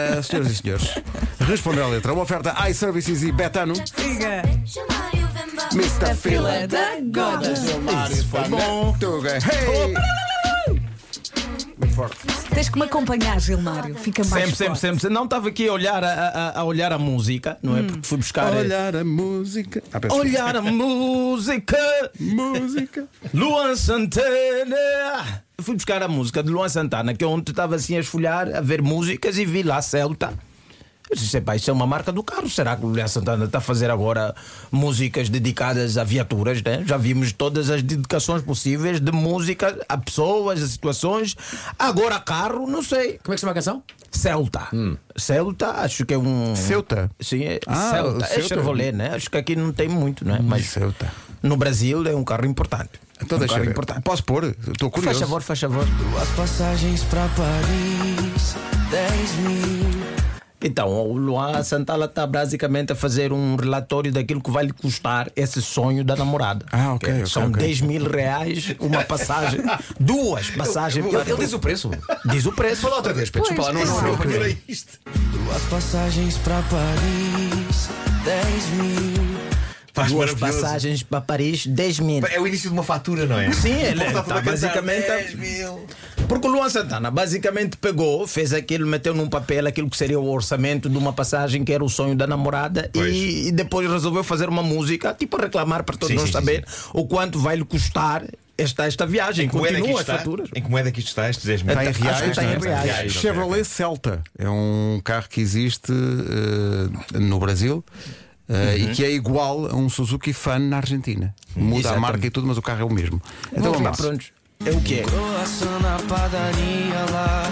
Ah, senhoras e senhores, responder à letra. Uma oferta iServices e Betano. Diga. Mr. Fila. da Isso foi bom. Muito bem. Hey! Muito forte. Tens que me acompanhar, Gilmário. Fica mais Sempre, sempre, forte. sempre. sempre. Não estava aqui a olhar a, a- a olhar a música, não é? Porque fui buscar. eh, Olhar a música. Ah, peço olhar a música. música. Luan Santana. Fui buscar a música de Luan Santana, que ontem estava assim a esfolhar, a ver músicas e vi lá Celta. Eu disse, pá, isso é uma marca do carro. Será que o Luan Santana está a fazer agora músicas dedicadas a viaturas, né? Já vimos todas as dedicações possíveis de música a pessoas, a situações. Agora carro, não sei. Como é que se chama a canção? Celta. Celta, acho que é um. Hum. Ceuta? Sim, é Ah, Celta. Ceuta. Hum, É Chevrolet, né? Acho que aqui não tem muito, né? Mas Ceuta. no Brasil é um carro importante. Então é um deixa carro eu ver. importante. Posso pôr? Estou Faz curioso. favor, faz favor. Duas passagens pra Paris, 10 mil. Então, o Luan Santana está basicamente a fazer um relatório daquilo que vai lhe custar esse sonho da namorada. Ah, ok, ok, São ok. 10 mil reais, uma passagem, duas passagens. Ele, diz o preço. Diz o preço. Fala outra vez, Pois, pois não. Duas passagens pra Paris, 10 mil. Duas passagens para Paris, 10 mil. É o início de uma fatura, não é? Sim, ele está tudo a cantar. basicamente. a- 10 mil. Porque o Luan Santana basicamente pegou, fez aquilo, meteu num papel aquilo que seria o orçamento de uma passagem que era o sonho da namorada e, e depois resolveu fazer uma música, tipo a reclamar para todos Sim, nós sim, sim, saber o quanto vai lhe custar esta, esta viagem. Moeda que Continua isto as está? faturas. Em que moeda que isto está? Estes 10 mil. Está em Acho que reais. está em não é? reais. ok. Chevrolet Celta é um carro que existe eh, no Brasil. eh, Uhum. E que é igual a um Suzuki Fan na Argentina. Muda a Exatamente. marca e tudo, mas o carro é o mesmo. Então Vamos lá, vamos lá. prontos. É o que é? Croação na padaria lá,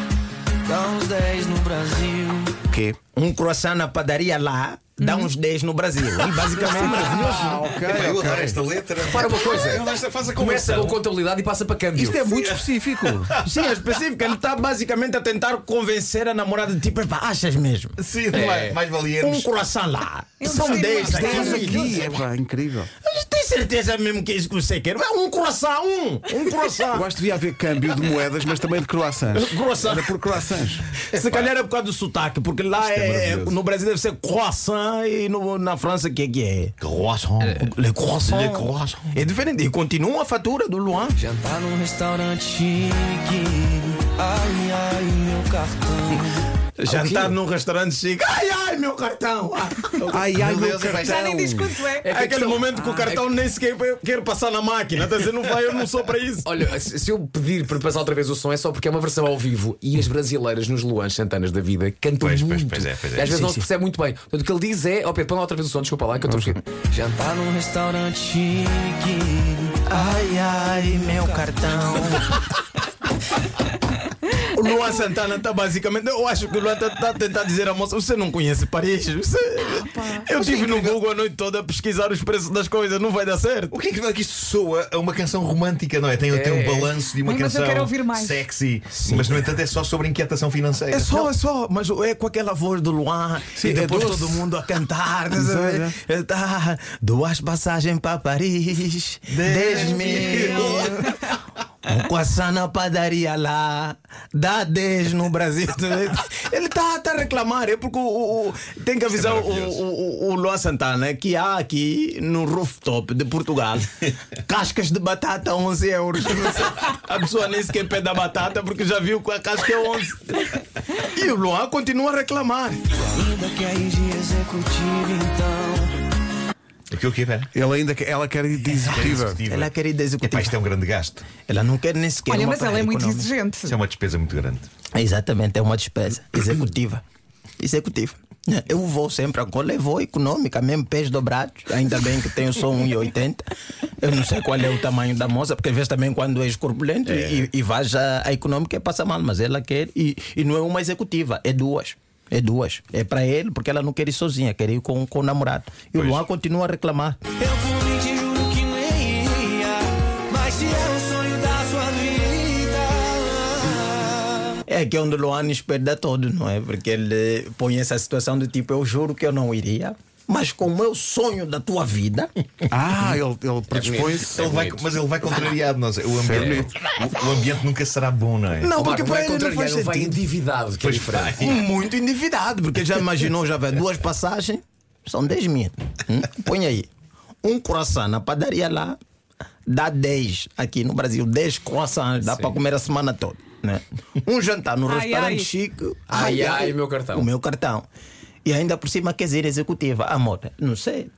dá uns 10 no Brasil. Uhum. Quê? Um croissant na padaria lá dá uns 10 no Brasil. E basicamente. Ah, ok. Epá, eu adoro esta letra. Para uma coisa. Faz a Começa com conversão. contabilidade e passa para câmbio. Isto é muito específico. Sim, é específico. Ele está basicamente a tentar convencer a namorada de tipo, "Epá, achas mesmo? Sim, não é? Mais Um valíamos. croissant lá. São tenho 10 mais Tens aqui. aqui, é pá, incrível. Mas Tem certeza mesmo que é isso que você quer? Vai, Um croissant, um! Um Eu croissant! acho que devia haver câmbio de moedas, mas também de croissants. Croissant. Era por croissants. Se calhar é por causa do sotaque, porque lá é, maravilhoso. no Brasil deve ser croissant e no- na França o que é que é? Croissant. Le croissant. Le croissant. É diferente. E continua a fatura do Luan. Jantar num restaurante chique, ai ai meu cartão. Jantar num restaurante chique. Ai, ai, meu cartão! Ai, ai, meu Deus, vai Já nem diz cartão. quanto é. É aquele momento que Ah, o cartão nem sequer quer passar na máquina. Está a dizer, não vai, eu não sou para isso. Olha, se se eu pedir para passar outra vez o som é só porque é uma versão ao vivo e as brasileiras nos Luan Santanas da vida cantam Pois, pois, muito. pois é, pois é. E Às vezes Sim, não sim. se percebe muito bem. Portanto, o que ele diz é, ó Pedro, põe lá outra vez o som, desculpa lá que eu estou a esquecer. Jantar num restaurante chique, Ai, ai, meu cartão. O Luan Santana está basicamente. Eu acho que o Luan está a tentar dizer à moça: você não conhece Paris? Você... Eu estive no Google a noite toda a pesquisar os preços das coisas, não vai dar certo. O que é incrível é que isto soa a uma canção romântica, não é? Tem, tem um balanço de uma Mas eu canção quero ouvir mais. sexy, mas no entanto é só sobre inquietação financeira. É só, é só, mas é com aquela voz do Luan e depois todo mundo a cantar. né? Ele tá, duas passagens para Paris, 10 mil. Um croissant na padaria lá, dá 10 no Brasil. Ele está tá a reclamar, é porque o, o- o- tem que avisar o, o, o Luan Santana né, que há aqui no rooftop de Portugal cascas de batata 11 euros. A pessoa nem sequer pede a batata porque já viu que a casca é 11. E o Luan continua a reclamar. ainda queres de executivo então. O que o que, Vera? Ele ainda que- ela quer ir de executiva. Ela quer ir da Epá, isto é executiva. um grande gasto. Ela não quer nem sequer. Olha, uma mas ela é carreira muito económica. exigente. Isto é uma despesa muito grande. Exatamente, é uma despesa executiva. Executiva. É, Eu vou sempre a cola e vou econômica, mesmo pés dobrados. Ainda bem que tenho só 1,80. Eu não sei qual é o tamanho da moça, porque às vezes também quando és corpulento e, e vais a, a econômica é passa mal, mas ela quer e, e não é uma executiva, é duas. É duas. É para ele, porque ela não quer ir sozinha, quer ir com, com o namorado. E o Pois. Luan continua a reclamar. Eu por mim te juro que nem ia, mas se é o sonho da sua vida. É que é onde o Luanes perde todo, não é? Porque ele põe essa situação do tipo, eu juro que eu não iria. mas como é o sonho da tua vida, Ah, ele, ele predispõe-se. Ele vai- mas ele vai contrariado, não sei. O ambiente, o, o ambiente nunca será bom, não é? Não, Ó, porque Marco, não para é ele não faz contrariado, ele vai sentido. endividado, que é diferente. muito endividado, porque já imaginou, já vai duas passagens, são 10 mil. Hum? Põe aí. Um croissant na padaria lá dá 10 aqui no Brasil, 10 croissants, dá para comer a semana toda. Né? Um jantar no Ai, ai. restaurante chique. Ai, ai, meu cartão. O meu cartão. E ainda por cima quer dizer executiva. Amor, não sei.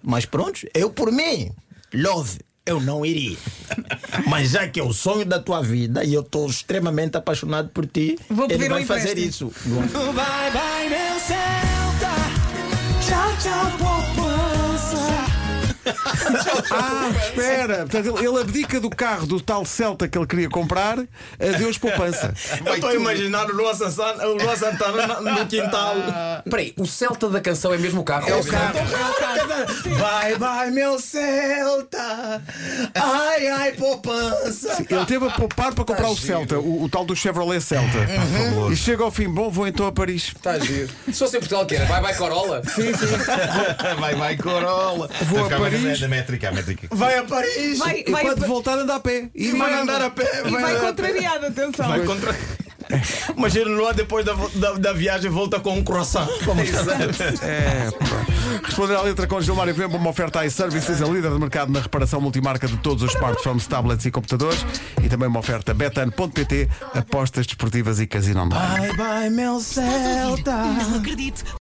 Mas pronto, eu por mim, love, eu não iria. Mas já que é o sonho da tua vida e eu estou extremamente apaixonado por ti, Vou ele pedir um vai fazer empréstimo. isso. Bye bye, meu Celta. Tchau, tchau, poupança. Ah, espera! Portanto, ele, ele abdica do carro do tal Celta que ele queria comprar, adeus poupança. Eu estou a imaginar o Luan Santana, o Luan Santana na- no quintal. Peraí, o Celta da canção é mesmo o carro? É o Vai, vai, meu Celta! Ai, ai, poupança! Ele teve a poupar para comprar o Celta, o, o tal do Chevrolet Celta. É. E chega ao fim, bom, vou então a Paris. Está giro. Se fosse em Portugal, que era? Vai, vai, Corolla? Sim, sim. Vai, vai, Corolla. uhum. Vou a Vai ficar mais Paris. Da métrica, a métrica. Vai a Paris! Vai, E vai, quando voltar, anda a pé. E vai mais- andar a pé! e vai contrariado, atenção. Vai contra... Mas ele Luan, depois da, da, da viagem, volta com um croissant. Como É, pá. Responder à letra com Gilmário Vemba, uma oferta iServices, a líder de mercado na reparação multimarca de todos os smartphones, tablets e computadores. E também uma oferta betano.pt, apostas desportivas e casino online. Bye, bye, meu Celta! Não acredito.